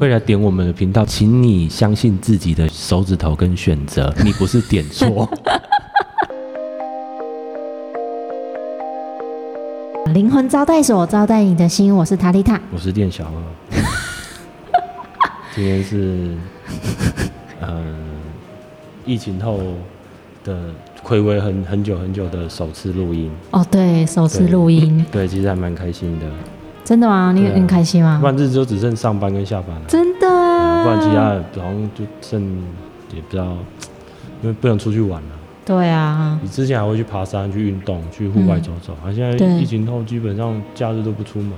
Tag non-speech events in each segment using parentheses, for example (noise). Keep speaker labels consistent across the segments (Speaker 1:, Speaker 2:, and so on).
Speaker 1: 为了点我们的频道，请你相信自己的手指头跟选 (laughs) 择，你不是点错。
Speaker 2: 灵魂招待所招待你的心，我是塔丽塔。
Speaker 1: (laughs) 我是店小二， (laughs) 今天是呃疫情后的暌违很很久很久的首次录音，
Speaker 2: 哦，对，首次
Speaker 1: 对
Speaker 2: 录音，
Speaker 1: 对，其实还蛮开心的。
Speaker 2: 真的吗？你
Speaker 1: 对啊
Speaker 2: 很开心吗
Speaker 1: 不？然日子就只剩上班跟下班了，
Speaker 2: 真的啊，
Speaker 1: 不然其他的好像就剩也不知道，因为不能出去玩了。
Speaker 2: 对啊，
Speaker 1: 你之前还会去爬山、去运动、去户外走走，啊、现在
Speaker 2: 嗯对
Speaker 1: 疫情后基本上假日都不出门，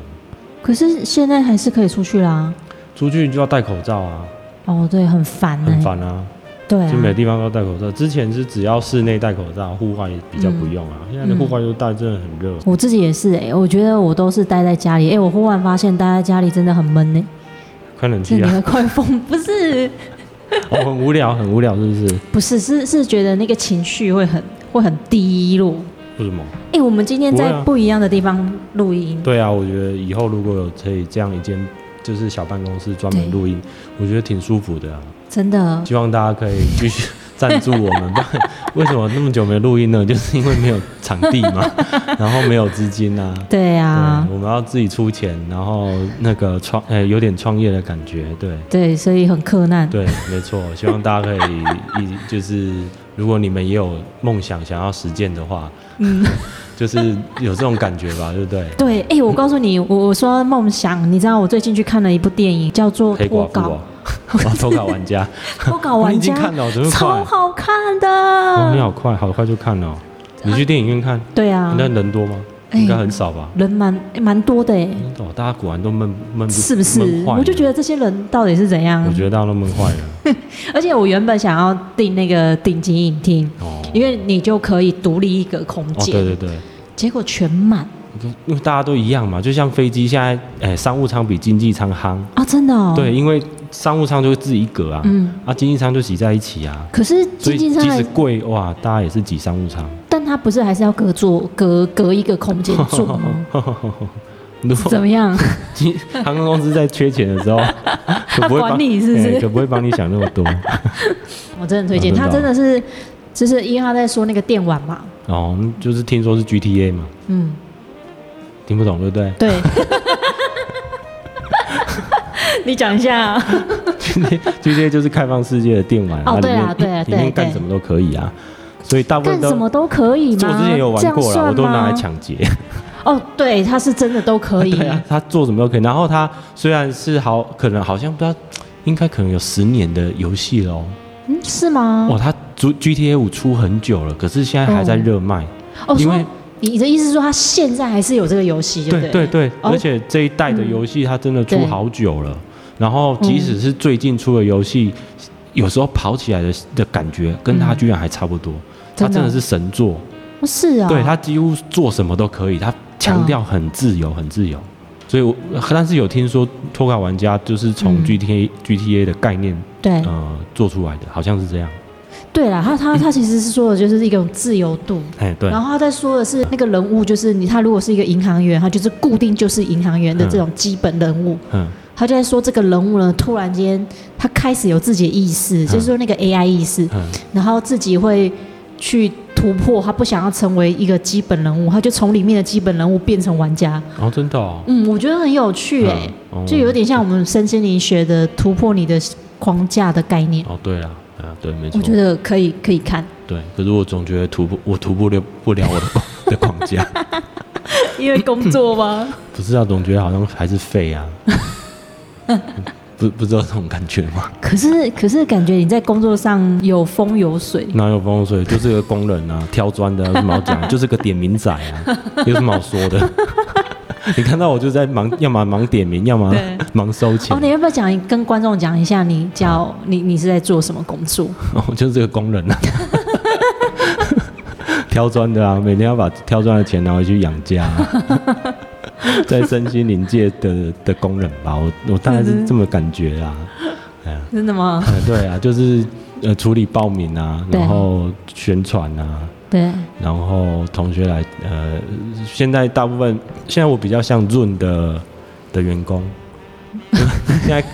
Speaker 2: 可是现在还是可以出去啦。
Speaker 1: 出去就要戴口罩啊，
Speaker 2: 哦，对，很烦呢、
Speaker 1: 很烦啊，
Speaker 2: 对
Speaker 1: 就每
Speaker 2: 啊，
Speaker 1: 地方都要戴口罩。之前是只要室内戴口罩，户外比较不
Speaker 2: 嗯
Speaker 1: 用啊，现在的户外就戴真的很热。
Speaker 2: 我自己也是哎、我觉得我都是待在家里，哎、我忽然发现待在家里真的很闷呢、欸
Speaker 1: 开冷
Speaker 2: 这
Speaker 1: 气
Speaker 2: 里
Speaker 1: 啊，
Speaker 2: 的快疯， (laughs) 不是，
Speaker 1: (laughs) 哦，很无聊，很无聊，是不是？
Speaker 2: 不是，是是觉得那个情绪会很会很低落。
Speaker 1: 为什么？
Speaker 2: 哎、我们今天
Speaker 1: 不会
Speaker 2: 在
Speaker 1: 啊
Speaker 2: 不一样的地方录音，
Speaker 1: 对啊，我觉得以后如果有可以这样一间就是小办公室专门录音，我觉得挺舒服的啊。
Speaker 2: 真的
Speaker 1: 希望大家可以继续赞助我们。 (laughs) 不然为什么那么久没录音呢？ (laughs) 就是因为没有场地嘛， (laughs) 然后没有资金啊。
Speaker 2: 对啊
Speaker 1: 对，，我们要自己出钱，然后那个创，哎、有点创业的感觉，对，
Speaker 2: 对，所以很困难。
Speaker 1: 对，没错。希望大家可以一就是，如果你们也有梦想想要实践的话，
Speaker 2: 嗯，
Speaker 1: (laughs) 就是有这种感觉吧，对不
Speaker 2: (laughs)
Speaker 1: 对？
Speaker 2: 对，哎、我告诉你，我我说到梦想，你知道我最近去看了一部电影，叫做
Speaker 1: 黑
Speaker 2: 《脱
Speaker 1: 寡妇
Speaker 2: 稿
Speaker 1: 哦， (laughs) 哇脱稿玩
Speaker 2: (laughs)
Speaker 1: 家，》，
Speaker 2: 脱稿玩
Speaker 1: 你已
Speaker 2: 家
Speaker 1: 经看了，怎么
Speaker 2: 超
Speaker 1: 快？
Speaker 2: 好啊看
Speaker 1: 哦，你
Speaker 2: 的。
Speaker 1: 好快，好快就看了哦。你去电影院看，
Speaker 2: 对啊，
Speaker 1: 那人多吗？
Speaker 2: 哎
Speaker 1: 应该很少吧。
Speaker 2: 人蛮诶蛮多的哎，
Speaker 1: 哦，大家果然都闷闷不，
Speaker 2: 是不是
Speaker 1: 闷？坏了
Speaker 2: 我就觉得这嗯些人到底是怎样
Speaker 1: 我？觉得大家都闷坏了。
Speaker 2: 而且我原本想要订那个顶级影厅，
Speaker 1: 哦，
Speaker 2: 因为你就可以独立一个空
Speaker 1: 哦，
Speaker 2: 间，
Speaker 1: 对对对，
Speaker 2: 结果全满
Speaker 1: 因为大家都一样嘛，就像飞机现在，哎、商务舱比经济舱夯。
Speaker 2: 啊，真的哦。
Speaker 1: 对，，因为商务舱就会自己一格啊，
Speaker 2: 嗯
Speaker 1: 啊，经济舱就挤在一起啊。
Speaker 2: 可是
Speaker 1: 所
Speaker 2: 经
Speaker 1: 以
Speaker 2: 济
Speaker 1: 即使
Speaker 2: 舱，
Speaker 1: 贵哇，大家也是挤商务
Speaker 2: (laughs)
Speaker 1: 舱。
Speaker 2: 但它不是还是要隔座隔隔一个空间
Speaker 1: (laughs)
Speaker 2: 坐吗？
Speaker 1: 如
Speaker 2: 怎
Speaker 1: 果
Speaker 2: 么样？ (laughs)
Speaker 1: 经航空公司在缺钱的时候，可不会
Speaker 2: 管
Speaker 1: 帮
Speaker 2: 你是不是
Speaker 1: 哎可不会帮你想那么多。
Speaker 2: 我真的推荐，
Speaker 1: 啊真的
Speaker 2: 他
Speaker 1: 哦
Speaker 2: 真的是，就是因为他在说那个电玩嘛，
Speaker 1: 哦，就是听说是 GTA 嘛，
Speaker 2: 嗯，
Speaker 1: 听不懂对不对？
Speaker 2: (laughs) 对。你讲一下、
Speaker 1: GTA 就是开放世界的电玩
Speaker 2: 哦
Speaker 1: 啊，里
Speaker 2: 对啊
Speaker 1: 面
Speaker 2: 对啊
Speaker 1: 里
Speaker 2: 对
Speaker 1: 面干
Speaker 2: 对
Speaker 1: 什么都可以啊，所以大部分
Speaker 2: 干
Speaker 1: 都
Speaker 2: 什么都可以
Speaker 1: 这
Speaker 2: 吗？
Speaker 1: 我之前有玩过
Speaker 2: 这样
Speaker 1: 啦，我都
Speaker 2: 算吗
Speaker 1: 拿来。抢劫，
Speaker 2: 哦，对，他是真的都可以。
Speaker 1: (laughs) 对啊，他做什么都可以。然后他虽然是好，可能好像不知道，应该可能有十年的游戏喽。
Speaker 2: 嗯，是吗？
Speaker 1: 哇，他 G GTA 五出很久了，可是现在还在热卖。
Speaker 2: 哦，
Speaker 1: 因
Speaker 2: 所
Speaker 1: 为
Speaker 2: 以你的意思是说他现在还是有这个游戏，
Speaker 1: 对
Speaker 2: 不
Speaker 1: 对
Speaker 2: 对？
Speaker 1: 对，
Speaker 2: 哦嗯
Speaker 1: 而且这一代的游戏它真的出
Speaker 2: 对嗯
Speaker 1: 好久了。然后即使是最近出的游戏，有时候跑起来的的感觉跟它居然还差不多。它
Speaker 2: 嗯真的
Speaker 1: 真的是神作，
Speaker 2: 哦是啊。
Speaker 1: 对他几乎做什么都可以，他强调很自
Speaker 2: 嗯
Speaker 1: 由，很自由。所以我，但是有听说脱卡玩家就是从
Speaker 2: 嗯
Speaker 1: GTA、GTA 的概念
Speaker 2: 对
Speaker 1: 呃做出来的，好像是这样。
Speaker 2: 对啦，他他他其实是说的就是一种自由度。
Speaker 1: 哎，对
Speaker 2: 然，后他在说的是那个人物，就是你，他如果是一个银行员，他就是固定就是银行员的这种基本人物。
Speaker 1: 嗯，
Speaker 2: 他就在说这个人物呢，突然间他开始有自己的意识，就是说那个 AI 意识，
Speaker 1: 嗯
Speaker 2: 然后自己会去突破，他不想要成为一个基本人物，他就从里面的基本人物变成玩家。
Speaker 1: 哦，真的哦，
Speaker 2: 嗯，我觉得很有趣哎、
Speaker 1: 嗯哦
Speaker 2: 就有点像我们身心灵学的突破你的框架的概念，
Speaker 1: 哦，对啊，啊，对，没错
Speaker 2: 我，觉得可以可以看，
Speaker 1: 对。可是我总觉得突破，我突破了不了我的框的框
Speaker 2: (laughs)
Speaker 1: 架，
Speaker 2: 因为工作吗？
Speaker 1: 不是啊，总觉得好像还是废啊，不不知道这种感觉吗？
Speaker 2: (laughs) 可是可是感觉你在工作上有风有水，
Speaker 1: 哪有风水？就是个工人啊，挑砖的，有什么好讲？就是个点名仔啊，
Speaker 2: (laughs)
Speaker 1: 有什么好说的？你看到我就在忙，要么忙点名，要么
Speaker 2: 对
Speaker 1: 忙收钱
Speaker 2: 哦，，你要不要讲一跟观众讲一下你叫你你是在做什么工作？
Speaker 1: 我就是个工人啊， (laughs) 挑砖的啊，每天要把挑砖的钱拿回去养家、
Speaker 2: (laughs)
Speaker 1: 啊，在身心灵界的的工人吧，我我大概是这么感觉啦。
Speaker 2: 真的吗？
Speaker 1: 呃对啊，就是呃处理报名啊，
Speaker 2: 嗯对
Speaker 1: 然后宣传啊，
Speaker 2: 对，
Speaker 1: 然后同学来，呃，现在大部
Speaker 2: (laughs)
Speaker 1: 分现在我比较像润的的员工，现在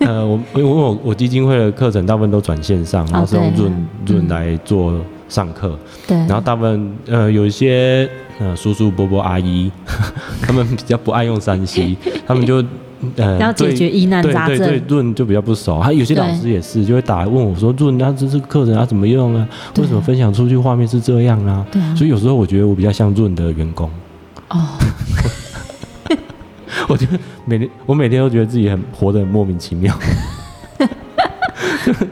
Speaker 1: 呃，我因为我我基金会的课程大部分都转线上，然后是用
Speaker 2: 哦对
Speaker 1: 润润
Speaker 2: 嗯
Speaker 1: 来做上课，
Speaker 2: 对，
Speaker 1: 然后大部分呃有一些呃叔叔伯伯阿姨， (laughs) 他们比较不爱用三
Speaker 2: (laughs)
Speaker 1: C，他们就呃
Speaker 2: 要解
Speaker 1: 对
Speaker 2: 决疑难
Speaker 1: 对
Speaker 2: 杂
Speaker 1: 对对
Speaker 2: 症，
Speaker 1: 润就比较不熟，还有些老
Speaker 2: 对
Speaker 1: 师也是就会打来问我说润啊这是课程啊怎么用啊，
Speaker 2: 对
Speaker 1: 为什么分享出去画面是这样啊？
Speaker 2: 对啊，
Speaker 1: 所以有时候我觉得我比较像润的员工，
Speaker 2: 哦，
Speaker 1: (laughs) 我觉得每天我每天都觉得自己很活得很莫名其妙。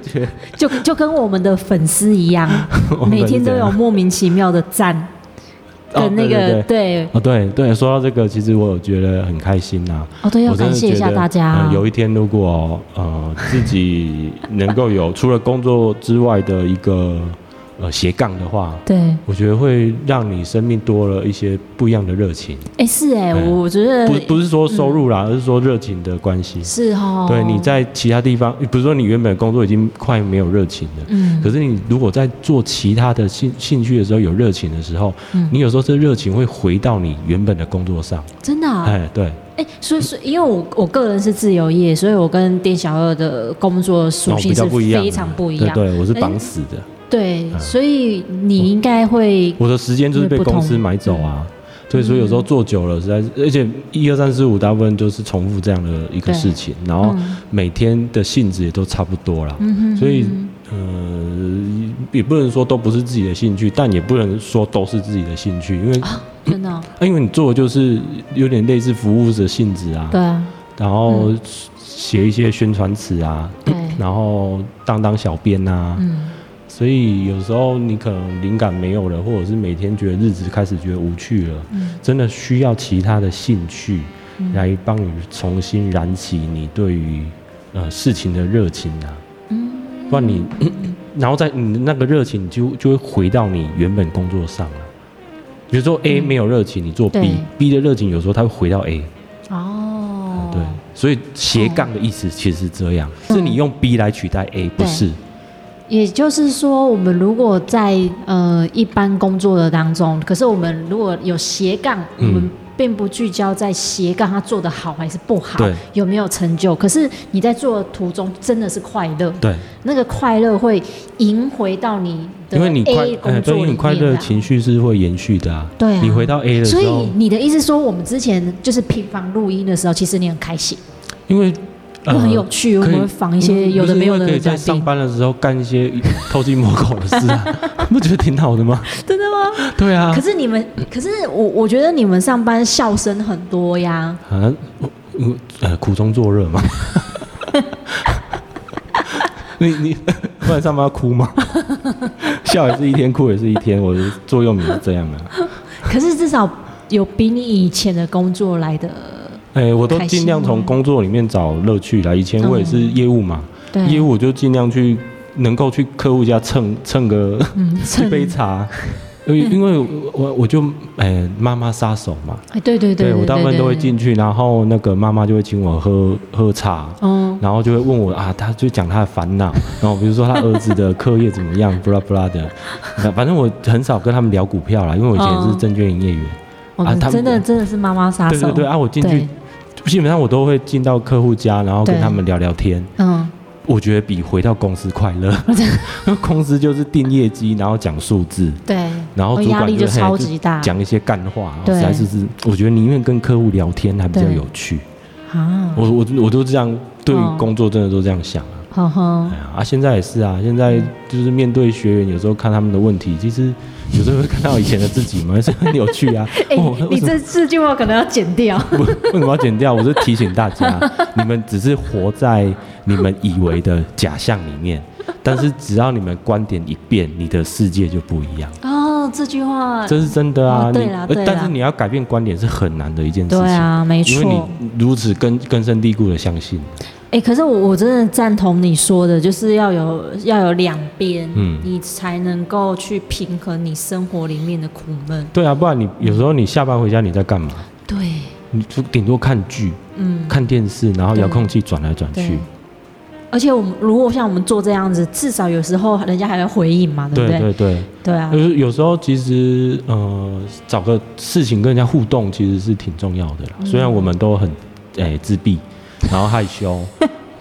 Speaker 1: 觉得
Speaker 2: 就就跟我们的粉丝一样
Speaker 1: (laughs) 我，们
Speaker 2: 每天
Speaker 1: 粉丝
Speaker 2: 都
Speaker 1: 怎
Speaker 2: 有
Speaker 1: 样
Speaker 2: 莫名其妙的赞
Speaker 1: 哦
Speaker 2: 跟
Speaker 1: 对
Speaker 2: 那
Speaker 1: 对
Speaker 2: 个
Speaker 1: 对
Speaker 2: 对，
Speaker 1: 哦，对对，说到这个，其实我有觉得很开心呐、
Speaker 2: 哦对，要
Speaker 1: 我真
Speaker 2: 感
Speaker 1: 的
Speaker 2: 谢
Speaker 1: 觉
Speaker 2: 一下
Speaker 1: 得
Speaker 2: 大家
Speaker 1: 呃。有一天如果呃自己能够有 (laughs) 除了工作之外的一个呃斜杠的话，
Speaker 2: 对，
Speaker 1: 我觉得会让你生命多了一些不一样的热情。
Speaker 2: 哎是哎，
Speaker 1: 嗯
Speaker 2: 我觉得
Speaker 1: 不不是说收入啦，而是说热情的关系。
Speaker 2: 是嗯哦，
Speaker 1: 对，你在其他地方，比如说你原本工作已经快没有热情了。
Speaker 2: 嗯，
Speaker 1: 可是你如果在做其他的兴兴趣的时候有热情的时候，
Speaker 2: 嗯
Speaker 1: 你有时候这热情会回到你原本的工作上。
Speaker 2: 真的啊，
Speaker 1: 哎，对，
Speaker 2: 哎、所以所以，因为我我个人是自由业，所以我跟店小二的工作
Speaker 1: 那
Speaker 2: 属
Speaker 1: 我哦
Speaker 2: 性
Speaker 1: 比
Speaker 2: 是
Speaker 1: 较不一样，
Speaker 2: 非常不一样。哎
Speaker 1: 对对，我是绑死的，
Speaker 2: 对
Speaker 1: 嗯
Speaker 2: 所以你应该会
Speaker 1: 我的时间就是被公司买走啊。
Speaker 2: 嗯
Speaker 1: 对，所以有时候做久了，实在是，而且一二三四五大部分就是重复这样的一个
Speaker 2: 对
Speaker 1: 事情，然后
Speaker 2: 嗯
Speaker 1: 每天的性质也都差不多啦。
Speaker 2: 嗯哼，
Speaker 1: 哦所以
Speaker 2: 嗯
Speaker 1: 呃，也不能说都不是自己的兴趣，但也不能说都是自己的兴趣，因为、啊
Speaker 2: 哼真的哦、
Speaker 1: 因为你做的就是有点类似服务的性质啊，
Speaker 2: 对啊，
Speaker 1: 然后写一些宣传词啊，
Speaker 2: 对，
Speaker 1: 然后当当小编啊，
Speaker 2: 嗯，
Speaker 1: 所以有时候你可能灵感没有了，或者是每天觉得日子开始觉得无趣了，
Speaker 2: 嗯
Speaker 1: 真的需要其他的兴趣
Speaker 2: 嗯
Speaker 1: 来帮你重新燃起你对于呃事情的热情啊。
Speaker 2: 嗯，
Speaker 1: 不然你， (clears throat) 然后在你那个热情你就就会回到你原本工作上了。啊比如说 A 没有热情，你做
Speaker 2: 嗯对
Speaker 1: B，B 的热情有时候它会回到 A，
Speaker 2: 哦，
Speaker 1: 对，所以斜杠的意思其实是这样，
Speaker 2: 嗯
Speaker 1: 是你用 B 来取代 A，不是？
Speaker 2: 也就是说，我们如果在呃一般工作的当中，可是我们如果有斜杠，我
Speaker 1: 嗯
Speaker 2: 们并不聚焦在斜杠它做得好还是不好
Speaker 1: 对，
Speaker 2: 有没有成就。可是你在做的途中真的是快乐，
Speaker 1: 对，
Speaker 2: 那个快乐会迎回到你的
Speaker 1: 因为你快
Speaker 2: A，
Speaker 1: 呃
Speaker 2: 工
Speaker 1: 对，
Speaker 2: 作
Speaker 1: 因
Speaker 2: 里
Speaker 1: 为你
Speaker 2: 面
Speaker 1: 快乐
Speaker 2: 啊
Speaker 1: 的情绪是会延续的啊。
Speaker 2: 对啊
Speaker 1: 你回到 A 的时
Speaker 2: 所以
Speaker 1: 候，
Speaker 2: 你的意思说，我们之前就是平房录音的时候，其实你很
Speaker 1: (laughs)
Speaker 2: 开心，
Speaker 1: 因为呃
Speaker 2: 会很有趣，我
Speaker 1: 可以
Speaker 2: 们会仿一些
Speaker 1: 嗯
Speaker 2: 有的没有
Speaker 1: 不
Speaker 2: 的
Speaker 1: 是因为可以
Speaker 2: 嘉
Speaker 1: 在上
Speaker 2: 宾。
Speaker 1: 班的时候干一些偷鸡摸狗的事
Speaker 2: (laughs)
Speaker 1: 啊，不觉得挺好的吗？
Speaker 2: 真的吗？
Speaker 1: 对啊
Speaker 2: 可，是你们，可是我我觉得你们上班笑声很多呀。
Speaker 1: 啊，我我呃，苦中作乐
Speaker 2: (laughs)
Speaker 1: 嘛。你你不然上班要哭吗？笑也是一天，哭也是一天，我的座右铭是这样啊。
Speaker 2: 可是至少有比你以前的工作来的，
Speaker 1: 哎、我都
Speaker 2: 开心哦
Speaker 1: 尽量从工作里面找乐趣来。以前我也是业务嘛，
Speaker 2: 对，
Speaker 1: 业务我就尽量去能够去客户家蹭蹭个 (laughs)
Speaker 2: 嗯，
Speaker 1: 一
Speaker 2: 趁
Speaker 1: 杯茶，因
Speaker 2: (laughs)
Speaker 1: 为因为我我就哎妈妈杀手嘛，
Speaker 2: 哎，对对对，
Speaker 1: 我大部分都会
Speaker 2: 对，
Speaker 1: 进去，然后那个妈妈就会请我喝喝茶，
Speaker 2: 嗯，
Speaker 1: 然后就会问我啊，他就讲他的烦恼，然后比如说他儿子的课业怎么样，布拉布拉的，那反正我很少跟他们聊股票啦，因为我以前是证券营业员，
Speaker 2: 我们
Speaker 1: 啊他们
Speaker 2: 真的真的是妈哦妈杀
Speaker 1: 对
Speaker 2: 手，
Speaker 1: 对对啊，我进去
Speaker 2: 对，
Speaker 1: 基本上我都会进到客户家，然后跟
Speaker 2: 对
Speaker 1: 他们聊聊天，
Speaker 2: 嗯，
Speaker 1: 我觉得比回到公司快乐， (laughs) 因为公司就是定业绩，然后讲数字。
Speaker 2: 对，
Speaker 1: 然后
Speaker 2: 哦
Speaker 1: 主
Speaker 2: 压
Speaker 1: 管
Speaker 2: 力
Speaker 1: 就
Speaker 2: 就
Speaker 1: 嘿
Speaker 2: 超级大，
Speaker 1: 讲一些干话，
Speaker 2: 对
Speaker 1: 实在是是，我觉得宁愿跟客户聊天还比较
Speaker 2: 对
Speaker 1: 有趣。
Speaker 2: 啊，
Speaker 1: 我我我都这样，对
Speaker 2: 哦
Speaker 1: 于工作真的都这样想啊。
Speaker 2: 呵呵
Speaker 1: 哎，呀，啊，现在也是啊，现
Speaker 2: 嗯
Speaker 1: 在就是面对学员，有时候看他们的问题，其实有时候会看到以前的自己嘛， (laughs) 是很有趣啊。
Speaker 2: (laughs) 哎、
Speaker 1: 哦，为
Speaker 2: 你
Speaker 1: 什么
Speaker 2: 这这句话可能要剪掉。
Speaker 1: 不 (laughs) 为什么要剪掉？我是提醒大家，
Speaker 2: (laughs)
Speaker 1: 你们只是活在你们以为的假象里面，但是只要你们观点一变，你的世界就不一样。
Speaker 2: 哦，这句话，
Speaker 1: 这是真的啊，
Speaker 2: 哦
Speaker 1: 你
Speaker 2: 对啦
Speaker 1: 呃
Speaker 2: 对啦
Speaker 1: 但是你要改变观点是很难的一件事
Speaker 2: 对
Speaker 1: 情，
Speaker 2: 啊，没
Speaker 1: 因为
Speaker 2: 错。
Speaker 1: 你如此根根深蒂固的相信，
Speaker 2: 哎、可是我我真的赞同你说的，就是要有要有两边，
Speaker 1: 嗯
Speaker 2: 你才能够去平衡你生活里面的苦闷。
Speaker 1: 对啊，不然你有时候你下班回家你在干嘛？
Speaker 2: 对，
Speaker 1: 你就顶多看剧、
Speaker 2: 嗯，
Speaker 1: 看电视，然后遥控器转来转
Speaker 2: 对
Speaker 1: 去。
Speaker 2: 而且我们如果像我们做这样子，至少有时候人家还会回应嘛，对
Speaker 1: 对
Speaker 2: 不
Speaker 1: 对
Speaker 2: 对？
Speaker 1: 对，
Speaker 2: 对啊
Speaker 1: 就，是有时候其实呃，找个事情跟人家互
Speaker 2: 嗯 (laughs)
Speaker 1: 动其实是挺重要的啦。虽然我们都很诶、自闭，然后害羞，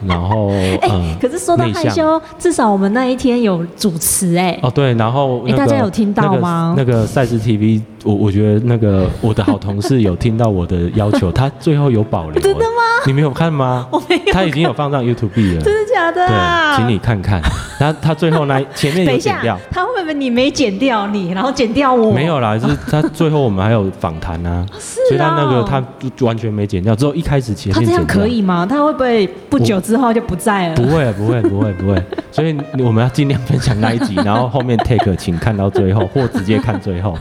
Speaker 1: 然后
Speaker 2: 哎、
Speaker 1: 嗯，
Speaker 2: 可是说到
Speaker 1: 内
Speaker 2: 害
Speaker 1: 向
Speaker 2: 羞，至少我们那一天有主持哎、
Speaker 1: 哦对，然后
Speaker 2: 哎
Speaker 1: 那个
Speaker 2: 大家有听到吗
Speaker 1: 那个赛事 TV，我我觉得那个我的好同事有听到我的要
Speaker 2: (laughs)
Speaker 1: 求，他最后有保留。
Speaker 2: 真的
Speaker 1: 吗？你没有看吗？
Speaker 2: (laughs) 我没有，
Speaker 1: 他已经有放上 YouTube 了。
Speaker 2: 真的假的啊？
Speaker 1: 对，请你看看。他他最后那一前面
Speaker 2: 等
Speaker 1: 有
Speaker 2: 一
Speaker 1: 剪
Speaker 2: 下
Speaker 1: 掉，，
Speaker 2: 他会不会你没剪掉你，然后剪掉我？
Speaker 1: 没有啦，就是他最后我们还有访谈啊，
Speaker 2: 是
Speaker 1: 所以他那个
Speaker 2: 哦哦
Speaker 1: 他就完全没剪掉，只有一开始前
Speaker 2: 他
Speaker 1: 面
Speaker 2: 这
Speaker 1: 剪掉。
Speaker 2: 样可以啊吗？他会不会不久之后就不在
Speaker 1: 不
Speaker 2: 了？
Speaker 1: 会，不会，不会，不
Speaker 2: (laughs)
Speaker 1: 会。所以我们要尽量分享那一集，然后后面 take 请看到最后，或直接看
Speaker 2: (laughs)
Speaker 1: 最后。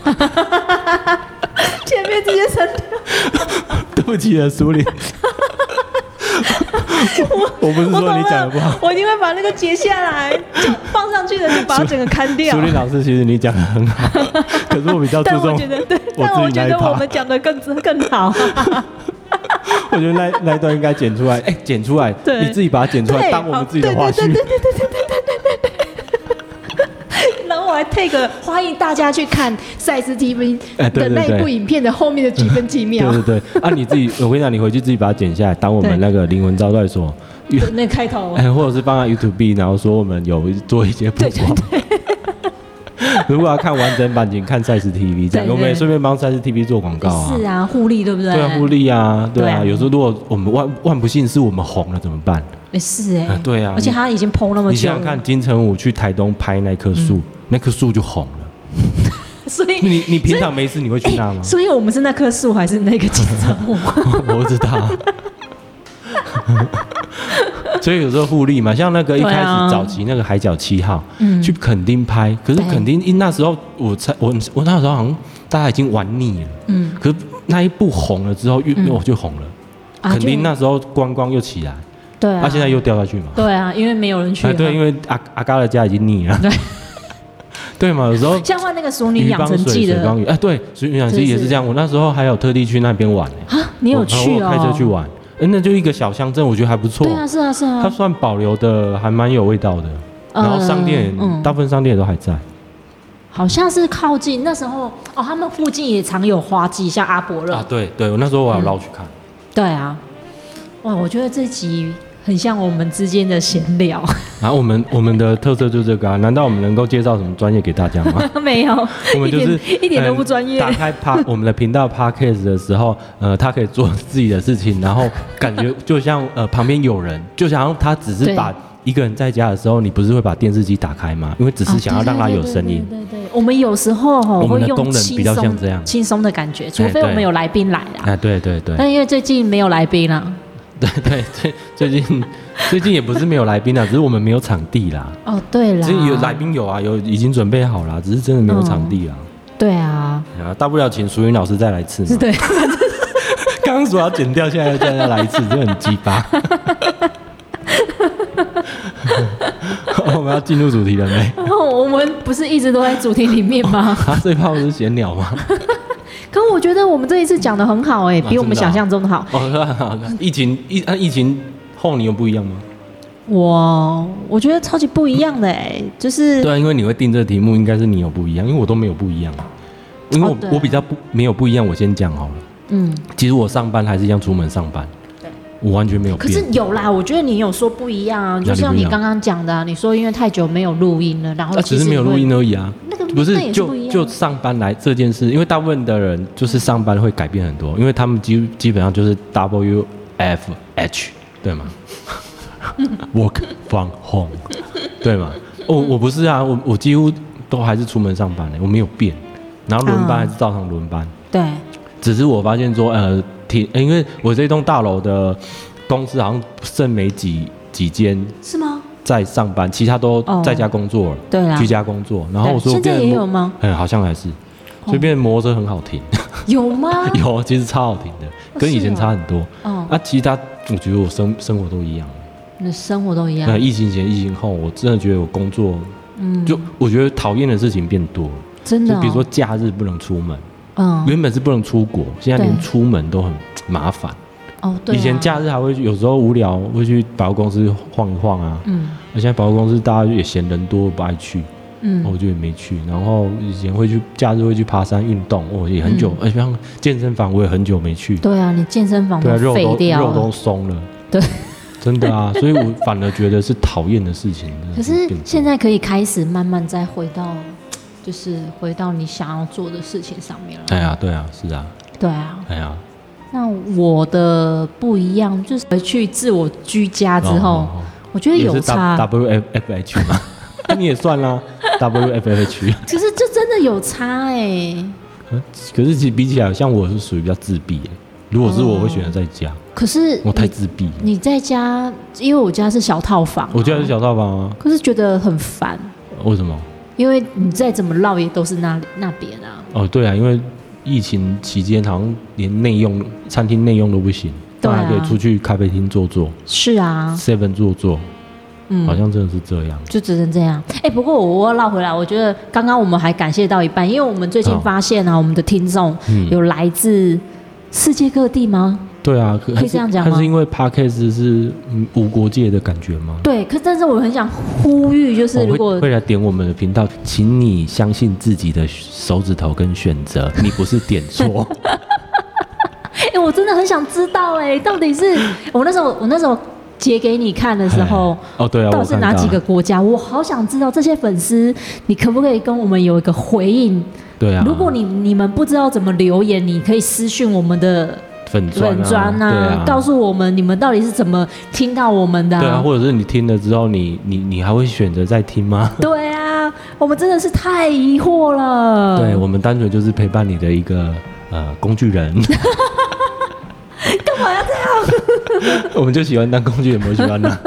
Speaker 2: 前面直接删掉，
Speaker 1: 对不起啊，苏林。我 (laughs) 不是
Speaker 2: 我
Speaker 1: 说
Speaker 2: 懂
Speaker 1: 你讲的
Speaker 2: 了
Speaker 1: 不好，，
Speaker 2: 我一定会把那个截下来，就放上去的就把它整个砍
Speaker 1: (laughs)
Speaker 2: 掉
Speaker 1: 苏。林老师其实你讲的很好，
Speaker 2: (laughs)
Speaker 1: 可是我比较注
Speaker 2: 但我
Speaker 1: 重
Speaker 2: 觉得对，
Speaker 1: 我
Speaker 2: 但我
Speaker 1: 自己
Speaker 2: 觉
Speaker 1: 那一
Speaker 2: 得
Speaker 1: 趴
Speaker 2: 我们讲的更更好。
Speaker 1: 我觉得那那一段应该剪出来，哎、剪出来，
Speaker 2: 对
Speaker 1: 你自己把它剪出来，
Speaker 2: 对，
Speaker 1: 当我
Speaker 2: 好
Speaker 1: 们自己的话
Speaker 2: 对对
Speaker 1: 絮
Speaker 2: 对。对对对对对对对对。 (laughs) 然后我还 take，欢迎大家去看赛斯 TV
Speaker 1: 哎对
Speaker 2: 的
Speaker 1: 对
Speaker 2: 那一部
Speaker 1: 对
Speaker 2: 影片的后面的几分几秒
Speaker 1: 对，对
Speaker 2: (laughs)
Speaker 1: 对，啊，你自己，我跟你讲，你回去自己把它剪下来，当我们
Speaker 2: 对
Speaker 1: 那个灵魂招待所，
Speaker 2: 那开头
Speaker 1: (laughs) 哎，或者是放在 YouTube，然后说我们有做一些曝光。 (laughs) 如果要看完整版，请看赛事 TV，这
Speaker 2: 对
Speaker 1: 样
Speaker 2: 对
Speaker 1: 我们也顺便帮赛事 TV 做广告啊。
Speaker 2: 是啊，互利对不对？
Speaker 1: 对啊，互利啊，对啊。
Speaker 2: 对啊
Speaker 1: 有时候如果我们万万不幸是我们红了怎么办？
Speaker 2: 哎是哎、
Speaker 1: 啊对啊
Speaker 2: 而且他已经剖那么久，
Speaker 1: 你想想看，，金城武去台东拍那棵
Speaker 2: 嗯
Speaker 1: 树，那棵树就红了。
Speaker 2: 所以
Speaker 1: 你你平常没事你会去那吗？
Speaker 2: 所以我们是那棵树还是那个金城
Speaker 1: (laughs)
Speaker 2: 武？ (laughs)
Speaker 1: 我不知道。所以有时候互利嘛，像那个一
Speaker 2: 对
Speaker 1: 开始
Speaker 2: 啊
Speaker 1: 早期那个海角七号，
Speaker 2: 嗯
Speaker 1: 去垦丁拍，可是
Speaker 2: 对
Speaker 1: 垦丁因那时候我才我我那时候好像大家已经玩腻了，
Speaker 2: 嗯
Speaker 1: 可是那一部红了之后又
Speaker 2: 嗯
Speaker 1: 我就红了，
Speaker 2: 啊
Speaker 1: 垦
Speaker 2: 就
Speaker 1: 丁那时候观光又起来，
Speaker 2: 对
Speaker 1: 啊现在又掉下去嘛，
Speaker 2: 对啊，因为没有人去、
Speaker 1: 哎对，因为阿阿嘎的家已经腻了，
Speaker 2: 对
Speaker 1: (laughs) 对嘛，有
Speaker 2: (laughs)
Speaker 1: 时候
Speaker 2: 像换那个《熟女
Speaker 1: 鱼
Speaker 2: 养
Speaker 1: 帮
Speaker 2: 成
Speaker 1: 水，
Speaker 2: 记》
Speaker 1: 水
Speaker 2: 的
Speaker 1: 帮鱼，哎对，水养成
Speaker 2: 是
Speaker 1: 记
Speaker 2: 不
Speaker 1: 也是
Speaker 2: 是
Speaker 1: 这样，我那时候还有特地去那边玩、欸，
Speaker 2: 啊，你有去
Speaker 1: 我我
Speaker 2: 哦？
Speaker 1: 开车去玩，哎那就一个小乡镇，我觉得还不错
Speaker 2: 对。啊，是啊，是
Speaker 1: 它
Speaker 2: 啊。
Speaker 1: 算保留的还蛮有味道的，然后商店
Speaker 2: 嗯
Speaker 1: 大部分商店也都还在。
Speaker 2: 好像是靠近那时候哦，他们附近也常有花季，像阿伯勒。
Speaker 1: 啊，对对，我那时候我有捞去看，
Speaker 2: 对啊，哇，我觉得这集很像我们之间的闲聊， (laughs)
Speaker 1: 然后啊我们我们的特色就是这个啊，难道我们能够介绍什么专业给大家
Speaker 2: (laughs)
Speaker 1: 吗？
Speaker 2: 没有，
Speaker 1: 我们就是
Speaker 2: 一点一点都
Speaker 1: 嗯
Speaker 2: 不专业
Speaker 1: 打开 p 我们的频道 podcast 的时候，呃，他可以做自己的事情，然后感觉就像呃旁边有人，就像他只是
Speaker 2: 对
Speaker 1: 把一个人在家的时候，你不是会把电视机打开吗？因为只
Speaker 2: 啊
Speaker 1: 是想要
Speaker 2: 对
Speaker 1: 让
Speaker 2: 对
Speaker 1: 他
Speaker 2: 对
Speaker 1: 有
Speaker 2: 对
Speaker 1: 声音。
Speaker 2: 啊对对对，我们有时候吼
Speaker 1: 我们
Speaker 2: 会
Speaker 1: 的
Speaker 2: 用
Speaker 1: 功能
Speaker 2: 轻
Speaker 1: 比较像
Speaker 2: 松
Speaker 1: 这样哎
Speaker 2: 轻松的感觉，除非
Speaker 1: 对
Speaker 2: 我们有来宾来啦。
Speaker 1: 啊，对对对。
Speaker 2: 但因为最近没有来宾啊啦，
Speaker 1: (laughs) 对对，最最近最近也不是没有来宾啦，啊只是我们没有场地啦。
Speaker 2: 哦，对啦，
Speaker 1: 其实有来宾有啊，有已经准备好啦，只是真的没有场地啊。
Speaker 2: 对啊，
Speaker 1: 啊，大不了请淑云老师再来一次
Speaker 2: 是
Speaker 1: 嘛。
Speaker 2: 对， (laughs)
Speaker 1: 刚刚说要剪掉，现在又叫人家来一次，真的很鸡巴。 (laughs) 我们要进入主题了没？
Speaker 2: 然后我们不是一直都在主题里面吗？
Speaker 1: (laughs) 啊，这一趴不是闲聊吗？
Speaker 2: 可我觉得我们这一次讲的很好哎、比我们
Speaker 1: 真的啊
Speaker 2: 想象中的好。
Speaker 1: (laughs) 哦， (laughs) 疫情疫啊，疫情后你有不一样吗？
Speaker 2: 我我觉得超级不一样的哎、就是
Speaker 1: 对啊，因为你会定这个题目，应该是你有不一样，因为我都没有不一样啊。因为我、
Speaker 2: 哦对啊
Speaker 1: 我比较不没有不一样，我先讲好了。
Speaker 2: 嗯，
Speaker 1: 其实我上班还是一样出门上班，
Speaker 2: 对，
Speaker 1: 我完全没有
Speaker 2: 可
Speaker 1: 变。
Speaker 2: 是有啦，我觉得你有说不一样啊，
Speaker 1: 里
Speaker 2: 就像
Speaker 1: 不一
Speaker 2: 你
Speaker 1: 样
Speaker 2: 刚刚讲的啊、你说因为太久没有录音了，然后
Speaker 1: 啊只是没有录音而已啊。
Speaker 2: 那个
Speaker 1: 不
Speaker 2: 那也
Speaker 1: 是
Speaker 2: 是啊
Speaker 1: 就
Speaker 2: 不一样
Speaker 1: 就上班来这件事，因为大部分的人就是上班会改变很多，因为他们基基本上就是 W F H 对
Speaker 2: (laughs)
Speaker 1: 吗？Work from home 对吗？我、
Speaker 2: 嗯
Speaker 1: 我不是啊，我我几乎都还是出门上班的、我没有变，然后轮班还是照常轮班。
Speaker 2: 对，
Speaker 1: 只是我发现说，呃，挺，呃因为我这栋大楼的公司好像剩没几几间
Speaker 2: 是吗？
Speaker 1: 在上班，其他都
Speaker 2: 哦
Speaker 1: 在家工作了，
Speaker 2: 对啦
Speaker 1: 居家工作。然后我说
Speaker 2: 对
Speaker 1: 我变
Speaker 2: 现
Speaker 1: 得
Speaker 2: 在也
Speaker 1: 摩
Speaker 2: 有吗？哦
Speaker 1: 嗯，好像还是，所以变得摩托车很好停，
Speaker 2: 有吗？
Speaker 1: (laughs) 有，其实超好停的，跟以前
Speaker 2: 是哦
Speaker 1: 差很多。
Speaker 2: 哦，
Speaker 1: 啊，其他我觉得我生生活都一样。
Speaker 2: 你的生活都一样
Speaker 1: 那，疫情前、疫情后，我真的觉得我工作，
Speaker 2: 啊嗯，
Speaker 1: 就我觉得讨厌的事情变多了，
Speaker 2: 真的、
Speaker 1: 就
Speaker 2: 哦，
Speaker 1: 比如说，假日不能出门，
Speaker 2: 嗯，
Speaker 1: 原本是不能出国，现在连
Speaker 2: 对
Speaker 1: 出门都很麻烦。
Speaker 2: 哦，对、啊，
Speaker 1: 以前，假日还会有时候无聊会去百货公司晃一晃啊，
Speaker 2: 嗯
Speaker 1: 那现在百货公司大家也嫌人多不爱去，
Speaker 2: 嗯，
Speaker 1: 哦我就也没去。然后以前会去假日会去爬山运动，我也很久，
Speaker 2: 嗯
Speaker 1: 而且像健身房我也很久没去，
Speaker 2: 对啊，你健身房
Speaker 1: 对啊，
Speaker 2: 都
Speaker 1: 肉
Speaker 2: 废
Speaker 1: 都
Speaker 2: 掉
Speaker 1: 肉
Speaker 2: 了
Speaker 1: 都，松了，
Speaker 2: 对
Speaker 1: 真的
Speaker 2: (laughs)
Speaker 1: 啊，所以我反而觉得是讨厌的事情。
Speaker 2: 可
Speaker 1: 真的
Speaker 2: 是
Speaker 1: 变多
Speaker 2: 现在可以开始慢慢再回到，就是回到你想要做的事情上面了。
Speaker 1: 哎呀，对啊，是啊，
Speaker 2: 对啊，
Speaker 1: 哎呀，
Speaker 2: 那我的不一样就是回去自我居家之后，
Speaker 1: 哦哦哦
Speaker 2: 我觉得
Speaker 1: 也
Speaker 2: 有
Speaker 1: 是
Speaker 2: 差，
Speaker 1: W F F H
Speaker 2: (laughs)
Speaker 1: 嘛，那你也算啦，W F F H。
Speaker 2: 可是这真的有差哎、
Speaker 1: 可是其实比起来，像我是属于比较自闭的。如果是我，我会选择在家，
Speaker 2: 可是
Speaker 1: 我太
Speaker 2: 你
Speaker 1: 自闭了。
Speaker 2: 你在家，因为我家是小套房、
Speaker 1: 我觉得是，小套房啊，
Speaker 2: 可是觉得很烦，
Speaker 1: 为什么？
Speaker 2: 因为你再怎么绕也都是那那边啊。
Speaker 1: 哦，对啊，因为疫情期间好像连内用餐厅内用都不行，
Speaker 2: 对
Speaker 1: 大
Speaker 2: 啊
Speaker 1: 家可以出去咖啡厅坐坐
Speaker 2: 是啊，
Speaker 1: ，seven 坐坐，好
Speaker 2: 嗯。
Speaker 1: 像真的是这样。
Speaker 2: 就只能这样。哎、不过我又绕回来，我觉得刚刚我们还感谢到一半，因为我们最近
Speaker 1: 哦
Speaker 2: 发现啊，我们的听众
Speaker 1: 嗯
Speaker 2: 有来自世界各地吗？
Speaker 1: 对啊，可
Speaker 2: 可以这样讲吗
Speaker 1: 但是因为 podcast 是嗯无国界的感觉吗？
Speaker 2: 对，可但是我很想呼吁，就是
Speaker 1: 哦
Speaker 2: 如果
Speaker 1: 会会来点我们的频道，请你相信自己的手指头跟选
Speaker 2: (laughs)
Speaker 1: 择，你不是点错。
Speaker 2: 哎、我真的很想知道、哎，到
Speaker 1: (laughs)
Speaker 2: 底是我那时候我那时候截给你看 (laughs) 的时候，
Speaker 1: 嘿哦对啊，
Speaker 2: 到
Speaker 1: 我
Speaker 2: 底是
Speaker 1: 看
Speaker 2: 哪
Speaker 1: 到
Speaker 2: 几
Speaker 1: 啊
Speaker 2: 个？国家？我好想知道这些粉丝，你可不可以跟我们有一个回应？
Speaker 1: 对啊，
Speaker 2: 如果你你们不知道怎么留言，你可以私讯我们的
Speaker 1: 粉砖
Speaker 2: 粉砖
Speaker 1: 呐、啊对啊，
Speaker 2: 告诉我们你们到底是怎么听到我们的、
Speaker 1: 对啊，或者是你听了之后，你你你还会选择再听吗？
Speaker 2: 对啊我们真的是太疑惑了。
Speaker 1: 对我们单纯就是陪伴你的一个呃工具人。干嘛要这样？ (laughs) 我们就喜欢当 (laughs) 工具人，我喜欢呢。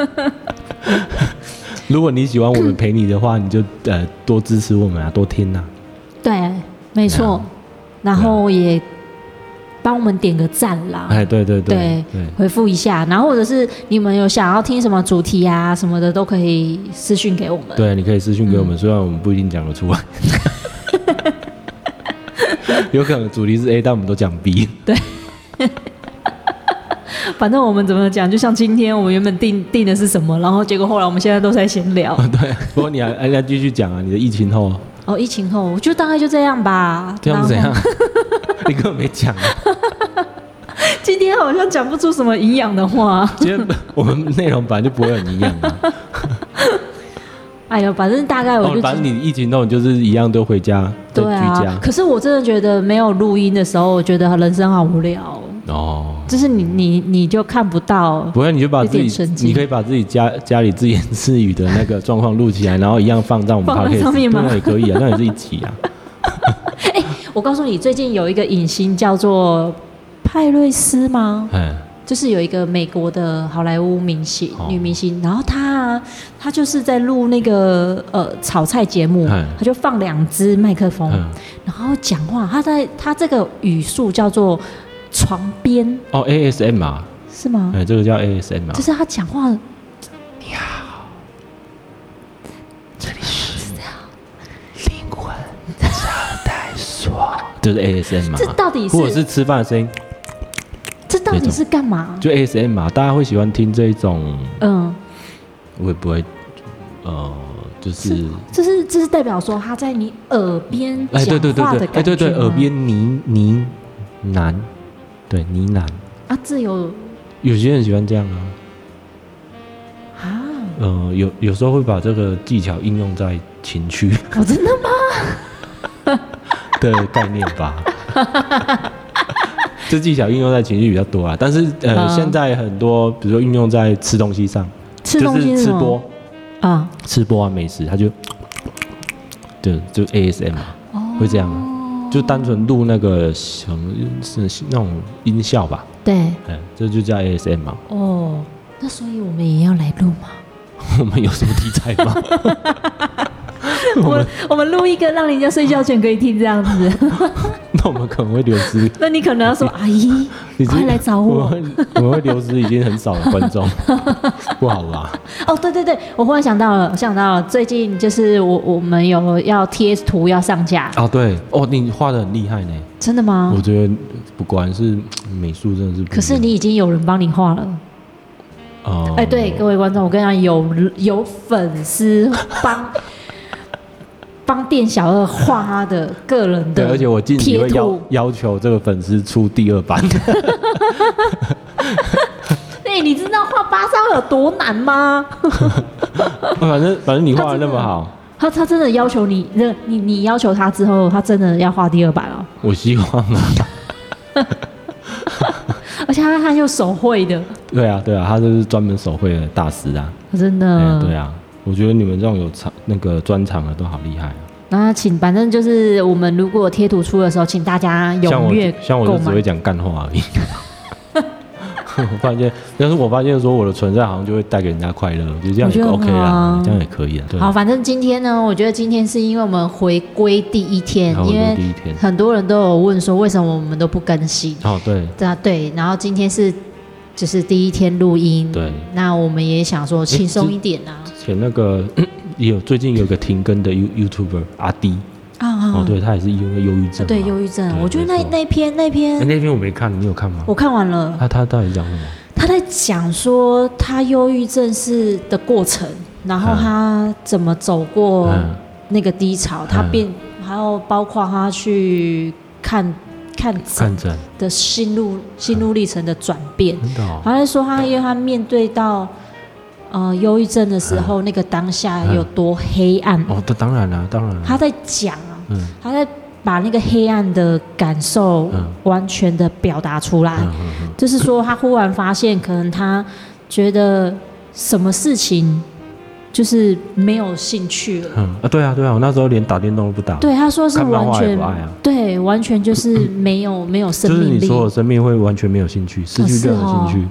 Speaker 1: 如果你喜欢我们陪你的话，你就呃多支持我们啊，多听啊。
Speaker 2: 对，没错。然后也帮我们点个赞啦。
Speaker 1: 哎，对对
Speaker 2: 对
Speaker 1: 对对，
Speaker 2: 回复一下，然后或者是你们有想要听什么主题啊什么的，都可以私讯给我们。
Speaker 1: 对，啊你可以私信给我们，虽然我们不一定讲得出来。 (laughs) 有可能主题是 A，但我们都讲 B。 (laughs)
Speaker 2: 反正我们怎么讲，就像今天我们原本定定的是什么，然后结果后来我们现在都在闲
Speaker 1: (laughs)
Speaker 2: 聊。
Speaker 1: 对，不过你还哎，那继续讲啊，你的疫情后
Speaker 2: 哦，疫情后我就大概就这样吧。
Speaker 1: 这样
Speaker 2: 然后
Speaker 1: 是怎 (laughs) 样？你根本没讲啊。
Speaker 2: (laughs) 今天好像讲不出什么营养的话。
Speaker 1: 今天我们内容本来就不会很营养啊。
Speaker 2: (laughs) 哎呦，反正大概我
Speaker 1: 哦
Speaker 2: 就、，
Speaker 1: 反正你疫情后你就是一样都回家，都
Speaker 2: 对
Speaker 1: 居
Speaker 2: 啊。
Speaker 1: 家。
Speaker 2: 可是我真的觉得没有录音的时候，我觉得人生好无聊哦。
Speaker 1: 哦，
Speaker 2: 就是你你你就看不到，
Speaker 1: 不然你就把自
Speaker 2: 有点神
Speaker 1: 己，
Speaker 2: 经
Speaker 1: 你可以把自己家家里自言自语的那个状况录起来，然后一样放在我们 p
Speaker 2: 放
Speaker 1: o
Speaker 2: 在
Speaker 1: d c
Speaker 2: 上
Speaker 1: a
Speaker 2: 面
Speaker 1: s
Speaker 2: 吗
Speaker 1: 那也可以啊，那也是一起
Speaker 2: (laughs)
Speaker 1: 啊。
Speaker 2: 我告诉你，最近有一个影星叫做派瑞斯吗？
Speaker 1: 哎，
Speaker 2: 就是有一个美国的好莱坞明星、
Speaker 1: 哦
Speaker 2: 女明星，然后她啊她就是在录那个呃炒菜节目
Speaker 1: 嗯，
Speaker 2: 她就放两只麦克风，
Speaker 1: 嗯，
Speaker 2: 然后讲话，她在她这个语速叫做床边
Speaker 1: 哦，ASM 啊，
Speaker 2: 是吗？
Speaker 1: 哎，这个叫 ASM 啊
Speaker 2: 就。是她讲话，你好，
Speaker 1: 灵魂招待所，就是 ASM 嘛
Speaker 2: 这。到底
Speaker 1: 啊或者
Speaker 2: 是
Speaker 1: 是吃饭的声音，
Speaker 2: 这到底是干嘛？
Speaker 1: 就 ASM 嘛，啊大家会喜欢听这种，
Speaker 2: 嗯，
Speaker 1: 我也不会，呃，就是
Speaker 2: 这是这是代表说她在你耳边
Speaker 1: 哎，对对对
Speaker 2: 讲话的
Speaker 1: 对，哎
Speaker 2: 感觉
Speaker 1: 对
Speaker 2: 吗，
Speaker 1: 对，耳边呢呢喃，对呢喃，
Speaker 2: 啊，这有
Speaker 1: 有些人喜欢这样啊，
Speaker 2: 啊，
Speaker 1: 呃，有有时候会把这个技巧应用在情趣
Speaker 2: 我哦真的吗？
Speaker 1: 的概念吧。这技巧应用在情绪比较多啊，但是呃，
Speaker 2: 嗯
Speaker 1: 现在很多，比如说运用在吃东西上，
Speaker 2: 吃东西
Speaker 1: 就是是
Speaker 2: 什
Speaker 1: 吃
Speaker 2: 么
Speaker 1: 播，
Speaker 2: 啊，
Speaker 1: 吃播啊美食，他就就就 ASM 啊，会这样啊，就单纯录那个什么是是那种音效吧，
Speaker 2: 对
Speaker 1: 嗯，这就叫 ASM 嘛。 (laughs)
Speaker 2: 哦，那所以我们也要来录吗？
Speaker 1: 我们有什么题材
Speaker 2: (laughs)
Speaker 1: 吗？ (laughs)
Speaker 2: 我们我们录一个让人家睡觉前可以听这样子， (laughs)
Speaker 1: 那我们可能会流失，
Speaker 2: 那你可能要说阿姨
Speaker 1: (laughs) 已经
Speaker 2: 快来找
Speaker 1: 我
Speaker 2: 我
Speaker 1: 们会我们会流失已经很少的观
Speaker 2: (laughs)
Speaker 1: 众，不好吧？
Speaker 2: 哦，对对对，我忽然想到了，我想到了，最近就是我我们有要贴图要上架，
Speaker 1: 啊，对哦，你画的很厉害呢，
Speaker 2: 真的吗
Speaker 1: 啊我？觉得不管是美术真的是不一样，
Speaker 2: 可是你已经有人帮你画了，
Speaker 1: 哦，
Speaker 2: 哎，对各位观众，我跟你讲，有有粉丝帮 (laughs) 帮店小二画他的个人
Speaker 1: 对，
Speaker 2: 的
Speaker 1: 而且我近期
Speaker 2: 贴
Speaker 1: 会要
Speaker 2: 图， (laughs)
Speaker 1: 要求这个粉丝出第二版，
Speaker 2: 那哎你知道画巴沙有多难吗？
Speaker 1: 反正反正你画的那么好，
Speaker 2: 他他真的要求你，那你你要求他之后，他真的要画第二版哦，
Speaker 1: 我希望
Speaker 2: (laughs)
Speaker 1: 啊，
Speaker 2: 而且他他用手绘的，
Speaker 1: 对啊对啊，他就是专门手绘的大师啊，
Speaker 2: 真
Speaker 1: 嗯、
Speaker 2: 的。
Speaker 1: 对啊，我觉得你们这种有长那个专长的都好厉害、啊，
Speaker 2: 那请，反正就是我们如果贴图出的时候，请大家
Speaker 1: 像
Speaker 2: 踊跃
Speaker 1: 我像我
Speaker 2: 购
Speaker 1: 就只会
Speaker 2: 买。
Speaker 1: 讲干话而已。 (laughs) 我发现，但是我发现说我的存在好像就会带给人家快乐，我觉得这样
Speaker 2: 我觉
Speaker 1: 也
Speaker 2: 得很
Speaker 1: OK
Speaker 2: 好
Speaker 1: 啦
Speaker 2: 啊，
Speaker 1: 这样也可以啊。对啊，
Speaker 2: 好，反正今天呢，我觉得今天是因为我们回归第一天
Speaker 1: 然，后
Speaker 2: 因
Speaker 1: 我
Speaker 2: 为
Speaker 1: 第一天，
Speaker 2: 很多人都有问说为什么我们都不更新。
Speaker 1: 哦对
Speaker 2: 对啊，对，然后今天是就是第一天录音，
Speaker 1: 对，哎
Speaker 2: 那我们也想说轻松一点啊。
Speaker 1: 前那个 (coughs) 也有最近有个停更的 You YouTuber 阿迪，
Speaker 2: 啊啊
Speaker 1: 哦，对他也是因为忧郁症嘛，
Speaker 2: 对，忧郁症，
Speaker 1: 对
Speaker 2: 我觉得
Speaker 1: 没
Speaker 2: 那
Speaker 1: 错
Speaker 2: 那篇那
Speaker 1: 哎
Speaker 2: 篇
Speaker 1: 那篇我没看，你有看吗？
Speaker 2: 我看完了，
Speaker 1: 他他到底讲什么？
Speaker 2: 他在讲说他忧郁症是的过程，然后
Speaker 1: 嗯
Speaker 2: 他怎么走过
Speaker 1: 嗯
Speaker 2: 那个低潮，他
Speaker 1: 嗯
Speaker 2: 变，还有包括他去看看诊
Speaker 1: 看诊，
Speaker 2: 的心路心路历程的转变。
Speaker 1: 真的哦，
Speaker 2: 他在说他因为他面对到呃忧郁症的时
Speaker 1: 嗯
Speaker 2: 候，那个当下有多黑暗，
Speaker 1: 哦，这当然啦，当然啦，
Speaker 2: 他在讲啊，
Speaker 1: 嗯
Speaker 2: 他在把那个黑暗的感受
Speaker 1: 嗯
Speaker 2: 完全的表达出来。
Speaker 1: 嗯嗯嗯，
Speaker 2: 就是说，他忽然发现，可能他觉得什么事情就是没有兴趣了。
Speaker 1: 嗯啊，对啊对啊，我那时候连打电动都不打，
Speaker 2: 对，他说是
Speaker 1: 看漫
Speaker 2: 完
Speaker 1: 画也
Speaker 2: 全
Speaker 1: 不爱啊，
Speaker 2: 对，完全就是没有没有生
Speaker 1: 就是
Speaker 2: 命
Speaker 1: 你
Speaker 2: 力。哦
Speaker 1: 说我生命会完全没有兴趣，失去任何兴趣，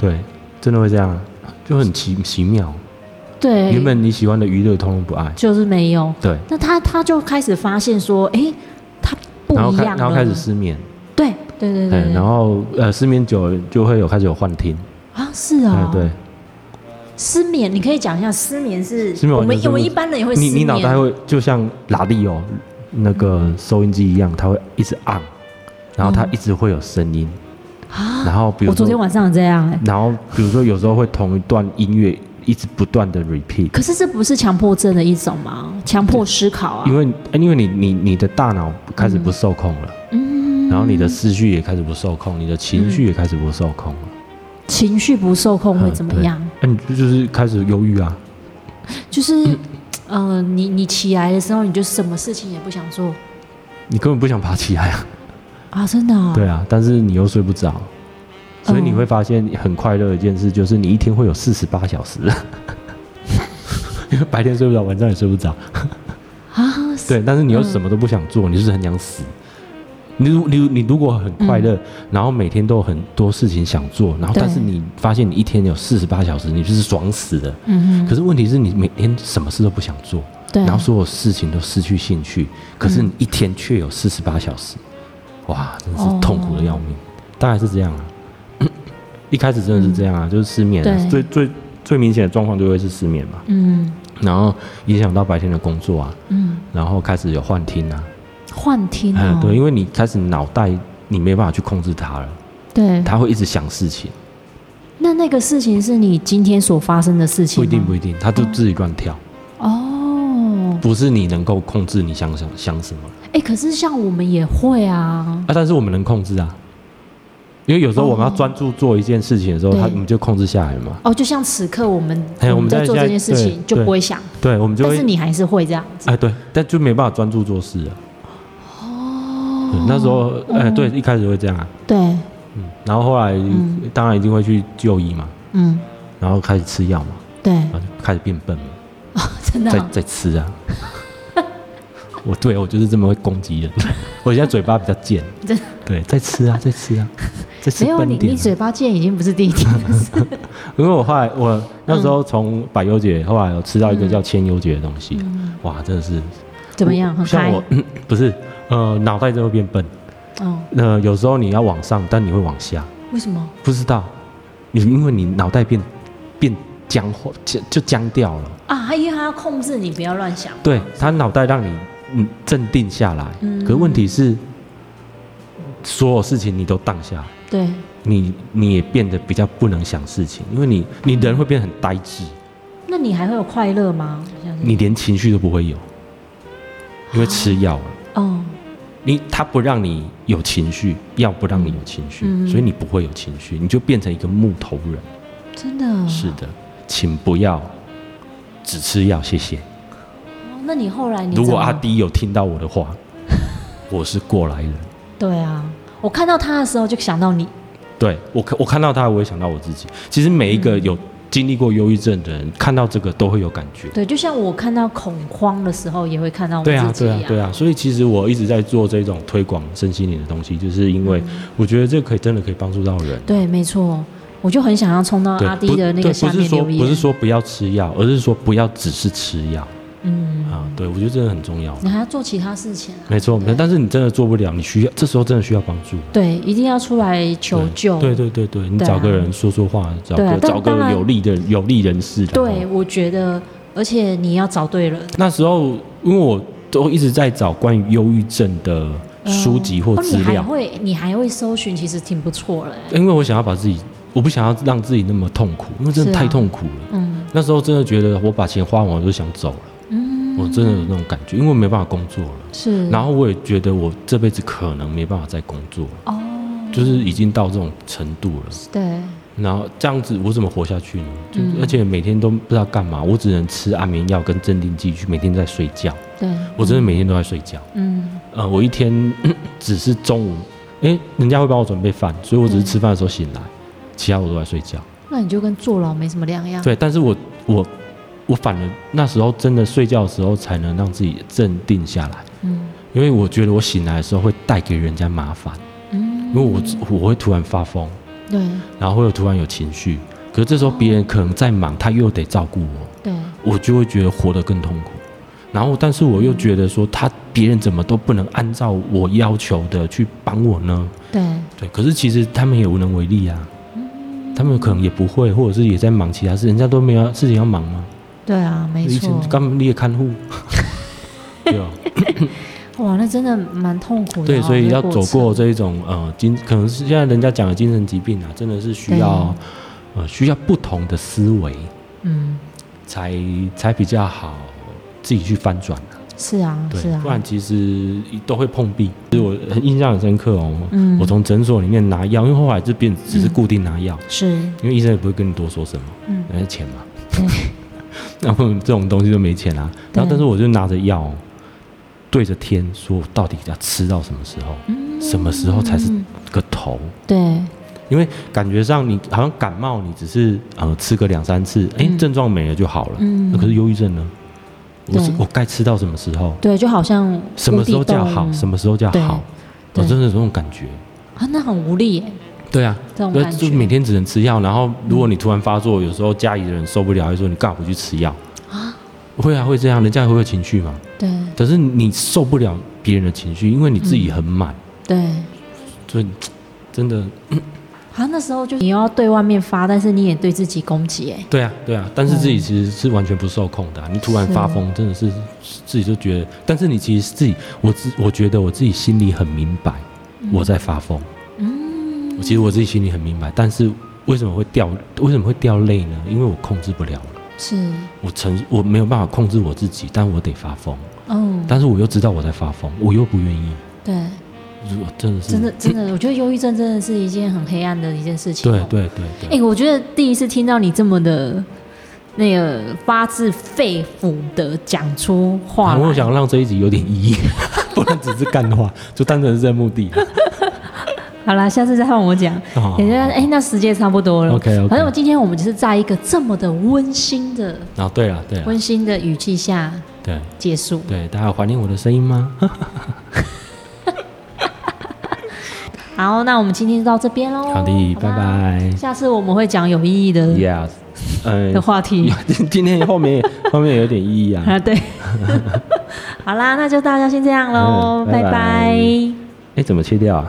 Speaker 1: 对，真的会这样，啊就很奇奇妙。
Speaker 2: 对，
Speaker 1: 原本你喜欢的娱乐通通不爱，
Speaker 2: 就是没有。
Speaker 1: 对，
Speaker 2: 那他他就开始发现说，哎，他不
Speaker 1: 然后
Speaker 2: 一
Speaker 1: 开
Speaker 2: 样
Speaker 1: 然后开始
Speaker 2: 了。
Speaker 1: 失眠，
Speaker 2: 对对对
Speaker 1: 对，
Speaker 2: 对，
Speaker 1: 然后呃失眠久了就会有开始有幻听，
Speaker 2: 啊是
Speaker 1: 哎
Speaker 2: 啊，
Speaker 1: 对，
Speaker 2: 失眠，你可以讲一下失眠是，
Speaker 1: 失眠
Speaker 2: 我
Speaker 1: 完全
Speaker 2: 们
Speaker 1: 是
Speaker 2: 我们一般人也会失
Speaker 1: 你
Speaker 2: 眠，
Speaker 1: 你脑袋会就像拉力哦那个收音机一样，它会一直按，然后它一直会有声音，
Speaker 2: 啊。
Speaker 1: 然后比
Speaker 2: 我
Speaker 1: 如
Speaker 2: 昨天
Speaker 1: 说
Speaker 2: 晚上也这样哎、
Speaker 1: 然后比如说有时候会同一段音乐一直不断的 repeat。
Speaker 2: 可是这不是强迫症的一种吗？强迫思考啊，
Speaker 1: 因为呃因为你你你的大脑开始不受控了，嗯，然后你的思绪也开始不受控，你的情绪也开始不受控了，
Speaker 2: 情绪不受控
Speaker 1: 嗯
Speaker 2: 嗯会怎么样？
Speaker 1: 那、你就就是开始忧郁啊，
Speaker 2: 就是，呃，你你起来的时候，你就什么事情也不想做
Speaker 1: 你根本不想爬起来啊，
Speaker 2: 啊，真的、
Speaker 1: (laughs)
Speaker 2: 啊。
Speaker 1: 对啊，但是你又睡不着，所以
Speaker 2: 哦
Speaker 1: 你会发现很快乐的一件事就是你一天会有四十八小时， (laughs) 因为白天睡不着，晚上也睡不着，
Speaker 2: 啊，是
Speaker 1: 对，但是你又什么都不想
Speaker 2: 嗯
Speaker 1: 做，你就是很想死。你如你你如果很快乐，然后每天都有很多事情想做，然后
Speaker 2: 嗯对
Speaker 1: 但是你发现你一天有四十八小时，你就是爽死的。
Speaker 2: 嗯
Speaker 1: 可是问题是你每天什么事都不想做，
Speaker 2: 哼，对啊
Speaker 1: 然后所有事情都失去兴趣，可是你一天却有四十八小时，
Speaker 2: 嗯
Speaker 1: 哇，真是痛苦的要命。
Speaker 2: 哦
Speaker 1: 大概是这样啊， (coughs) 一开始真的是这样啊，就是失眠、啊，
Speaker 2: 嗯对
Speaker 1: 最最最明显的状况就会是失眠嘛，
Speaker 2: 嗯
Speaker 1: 然后影响到白天的工作啊，
Speaker 2: 嗯，
Speaker 1: 然后开始有幻听啊，
Speaker 2: 幻听
Speaker 1: 嗯
Speaker 2: 哦，，
Speaker 1: (laughs) 对，因为你开始脑袋你没办法去控制它了，
Speaker 2: 嗯哦对
Speaker 1: 它会一直想事情，
Speaker 2: 那那个事情是你今天所发生的事情
Speaker 1: 不
Speaker 2: 吗嗯
Speaker 1: 一定不一定，它就自己乱跳，
Speaker 2: 哦，
Speaker 1: 不是你能够控制你想想想什么
Speaker 2: 哎、可是像我们也会啊，
Speaker 1: 啊，但是我们能控制啊，因为有时候我们要专注做一件事情的时候，
Speaker 2: 哦对
Speaker 1: 它我们就控制下来了嘛，
Speaker 2: 哦，就像此刻我们
Speaker 1: 哎我们在
Speaker 2: 在做
Speaker 1: 现在
Speaker 2: 这件事
Speaker 1: 对
Speaker 2: 情就
Speaker 1: 对
Speaker 2: 不会想，
Speaker 1: 对，我们就
Speaker 2: 但是
Speaker 1: 会
Speaker 2: 你还是会这样子，
Speaker 1: 哎对，但就没办法专注做事了。哦，那时候哎对，一开始会这样啊，
Speaker 2: 对，
Speaker 1: 嗯，然后后来当然一定会去就医嘛，
Speaker 2: 嗯，
Speaker 1: 然后开始吃药嘛，
Speaker 2: 对， (laughs)
Speaker 1: 然后就开始变笨嘛。
Speaker 2: 真的
Speaker 1: 在
Speaker 2: 啊、
Speaker 1: 在吃啊。 (laughs) 我对我就是这么会攻击人， (laughs) 我现在嘴巴比较贱
Speaker 2: 真的。
Speaker 1: 对，在吃啊，在吃啊，在吃
Speaker 2: 没有
Speaker 1: 笨
Speaker 2: 你，
Speaker 1: 一点
Speaker 2: 你
Speaker 1: 啊。
Speaker 2: 嘴巴贱已经不是第一天
Speaker 1: (laughs)
Speaker 2: 了，
Speaker 1: 因为我后来我那时候从百优姐，后来有吃到一个叫千优姐的东西，哇，真的是
Speaker 2: 怎么样？很
Speaker 1: 像
Speaker 2: 嗨
Speaker 1: 我嗯不是呃脑袋就会变笨，
Speaker 2: 嗯，
Speaker 1: 那有时候你要往上，但你会往下，
Speaker 2: 为什么？
Speaker 1: 不知道你因为你脑袋变变僵化，就就僵掉了。
Speaker 2: 啊，因为他要控制你不要乱想。
Speaker 1: 对他脑袋让你嗯镇定下来，可是问题是，所有事情你都当下，
Speaker 2: 对，
Speaker 1: 你你也变得比较不能想事情，因为你你人会变得很呆滞，
Speaker 2: 那你还会有快乐吗？像是
Speaker 1: 你连情绪都不会有，因为吃药了，
Speaker 2: 哦，
Speaker 1: 你他不让你
Speaker 2: 嗯
Speaker 1: 有情绪，药不让你有情绪，所以你不会有情绪，你就变成一个木头人，
Speaker 2: 真的
Speaker 1: 是的，请不要只吃药，谢谢。
Speaker 2: 哦那你后来你
Speaker 1: 如果啊
Speaker 2: 怎么
Speaker 1: 阿迪有听到我的
Speaker 2: (laughs)
Speaker 1: 话，我是过来人。
Speaker 2: 对啊，我看到他的时候就想到你，
Speaker 1: 对我看我看到他，我也想到我自己。其实每一个
Speaker 2: 嗯
Speaker 1: 有经历过忧郁症的人，看到这个都会有感觉。
Speaker 2: 对，就像我看到恐慌的时候也会看到我
Speaker 1: 对啊
Speaker 2: 自，己
Speaker 1: 对啊，对
Speaker 2: 啊，
Speaker 1: 啊。所以其实我一直在做这种推广身心灵的东西，就是因
Speaker 2: 嗯
Speaker 1: 为我觉得这可以真的可以帮助到人。
Speaker 2: 对，没错，我就很想要冲到
Speaker 1: 对，
Speaker 2: 啊阿
Speaker 1: 不
Speaker 2: 弟的那
Speaker 1: 对
Speaker 2: 个下
Speaker 1: 不是
Speaker 2: 面
Speaker 1: 说
Speaker 2: 留言，
Speaker 1: 不是说不要吃药，而是说不要只是吃药
Speaker 2: 嗯，
Speaker 1: 啊。对，我觉得这个很重要。
Speaker 2: 你还要做其他事情啊，
Speaker 1: 没错，没错。但是你真的做不了，你需要这时候真的需要帮助。
Speaker 2: 对，一定要出来求救，
Speaker 1: 对对对对，你
Speaker 2: 对啊
Speaker 1: 找个人说说话，找
Speaker 2: 对啊
Speaker 1: 个
Speaker 2: 但
Speaker 1: 找
Speaker 2: 当
Speaker 1: 个
Speaker 2: 然
Speaker 1: 有利的有利人士。然后
Speaker 2: 对，我觉得，而且你要找对人，
Speaker 1: 那时候因为我都一直在找关于忧郁症的书籍或
Speaker 2: 哦
Speaker 1: 资
Speaker 2: 你还
Speaker 1: 料，
Speaker 2: 会你还会搜寻，其实挺不错了欸、
Speaker 1: 因为我想要把自己，我不想要让自己那么痛苦，因为真的
Speaker 2: 是啊
Speaker 1: 太痛苦了。
Speaker 2: 嗯
Speaker 1: 那时候真的觉得我把钱花完，我就想走了。
Speaker 2: 嗯，
Speaker 1: 我真的有那种感觉，因为我没办法工作了，
Speaker 2: 是，
Speaker 1: 然后我也觉得我这辈子可能没办法再工作了，
Speaker 2: 哦，
Speaker 1: 就是已经到这种程度了。
Speaker 2: 对，
Speaker 1: 然后这样子我怎么活下去呢？就
Speaker 2: 嗯
Speaker 1: 而且每天都不知道干嘛，我只能吃安眠药跟镇定剂去每天在睡觉。
Speaker 2: 对，
Speaker 1: 我真的每天都在睡觉。
Speaker 2: 嗯，
Speaker 1: 呃，我一天 (clears throat) 只是中午，诶，人家会帮我准备饭，所以我只
Speaker 2: 嗯
Speaker 1: 是吃饭的时候醒来，其他我都在睡觉。
Speaker 2: 那你就跟坐牢没什么两样，
Speaker 1: 对，但是我我我反而那时候真的睡觉的时候才能让自己镇定下来，
Speaker 2: 嗯
Speaker 1: 因为我觉得我醒来的时候会带给人家麻烦，因
Speaker 2: 嗯，
Speaker 1: 为我我会突然发疯，
Speaker 2: 对
Speaker 1: 然后会有突然有情绪，可是这时候别人可能在忙，他又得照顾我，
Speaker 2: 对，
Speaker 1: 我就会觉得活得更痛苦。然后，但是我又觉得说他别人怎么都不能按照我要求的去帮我呢？
Speaker 2: 对，
Speaker 1: 对，可是其实他们也无能为力啊，
Speaker 2: 嗯
Speaker 1: 他们可能也不会，或者是也在忙其他事，人家都没有事情要忙嘛。
Speaker 2: 对啊，没
Speaker 1: 以前
Speaker 2: 错，
Speaker 1: 刚刚列看护，
Speaker 2: (laughs)
Speaker 1: 对啊，
Speaker 2: 哇，那真的蛮痛苦的哦、
Speaker 1: 对，所以
Speaker 2: 那
Speaker 1: 要
Speaker 2: 个
Speaker 1: 走
Speaker 2: 过
Speaker 1: 过
Speaker 2: 程
Speaker 1: 这一种呃精，可能是现在人家讲的精神疾病啊，真的是需要呃需要不同的思维
Speaker 2: 嗯，
Speaker 1: 才才比较好自己去翻转啊、
Speaker 2: 是啊，
Speaker 1: 对，
Speaker 2: 是啊
Speaker 1: 不，然其实都会碰壁。其实我很印象很深刻哦，
Speaker 2: 嗯
Speaker 1: 我从诊所里面拿药，因为后来就变只是固定拿药，
Speaker 2: 是，
Speaker 1: 因为医生也不会跟你多说什么，
Speaker 2: 嗯
Speaker 1: 那是钱嘛。
Speaker 2: 对，
Speaker 1: (laughs) 那我们这种东西就没钱啊。然后，但是我就拿着药，对着天说，到底要吃到什么时候？
Speaker 2: 嗯
Speaker 1: 什么时候才是个头？
Speaker 2: 对，
Speaker 1: 因为感觉上你好像感冒，你只是呃吃个两三次，哎、症状没了就好了。
Speaker 2: 嗯
Speaker 1: 那可是忧郁症呢？我是
Speaker 2: 对
Speaker 1: 我该吃到什么时候？
Speaker 2: 对，就好像
Speaker 1: 什么时候叫好？什
Speaker 2: 么
Speaker 1: 么时候叫好？我
Speaker 2: 对
Speaker 1: 真的有这种感觉。
Speaker 2: 啊，那很无力耶，
Speaker 1: 对啊，
Speaker 2: 这种
Speaker 1: 对
Speaker 2: 感
Speaker 1: 就
Speaker 2: 觉
Speaker 1: 每天只能吃药，然后如果你突然发作，有时候家里的人受不了，会说你干嘛不去吃药啊？会啊，会这样，人家会有情绪嘛。
Speaker 2: 对
Speaker 1: 可是你受不了别人的情绪，因为你自己很满，
Speaker 2: 对。
Speaker 1: 所以真的
Speaker 2: 啊，那时候就是你又要对外面发，但是你也对自己攻击，哎，
Speaker 1: 对啊，对啊。但是自己
Speaker 2: 嗯
Speaker 1: 其实是完全不受控的啊、你突然发疯，真的是自己就觉得，但是你其实自己，我自我觉得我自己心里很明白，我在发疯。嗯，其实我自己心里很明白，但是为什么会掉，为什么会掉泪呢？因为我控制不了了。
Speaker 2: 是，
Speaker 1: 我承我没有办法控制我自己，但我得发疯，
Speaker 2: 嗯，
Speaker 1: 但是我又知道我在发疯，我又不愿意，
Speaker 2: 对，
Speaker 1: 我真的是
Speaker 2: 真的真的，我觉得忧郁症真的是一件很黑暗的一件事情、
Speaker 1: 对
Speaker 2: 哦。
Speaker 1: 对对对，
Speaker 2: 哎、我觉得第一次听到你这么的，那个发自肺腑的讲出话
Speaker 1: 啊
Speaker 2: 来，
Speaker 1: 我想让这一集有点
Speaker 2: (laughs)
Speaker 1: 意义，不能只是干话，就单纯是这目的。
Speaker 2: 好啦，下次再换我讲。
Speaker 1: 哦
Speaker 2: 人家哎、那时间差不多了。
Speaker 1: OK，OK
Speaker 2: 反正我今天我们就是在一个这么的温馨的
Speaker 1: 啊，对了对了，
Speaker 2: 温馨的语气下
Speaker 1: 对
Speaker 2: 结束。
Speaker 1: 对，大家有怀念我的声音吗？
Speaker 2: 好，那我们今天就到这边喽。
Speaker 1: 好的，拜
Speaker 2: 吧。
Speaker 1: 拜。
Speaker 2: 下次我们会讲有意义的
Speaker 1: (laughs) Yes，嗯
Speaker 2: 的，话题。
Speaker 1: (laughs) 今天后面后面有点意
Speaker 2: (laughs)
Speaker 1: 义啊。
Speaker 2: 啊，对。好啦，那就大家先这样喽，
Speaker 1: 嗯拜拜
Speaker 2: 拜拜
Speaker 1: 哎，怎么切掉啊？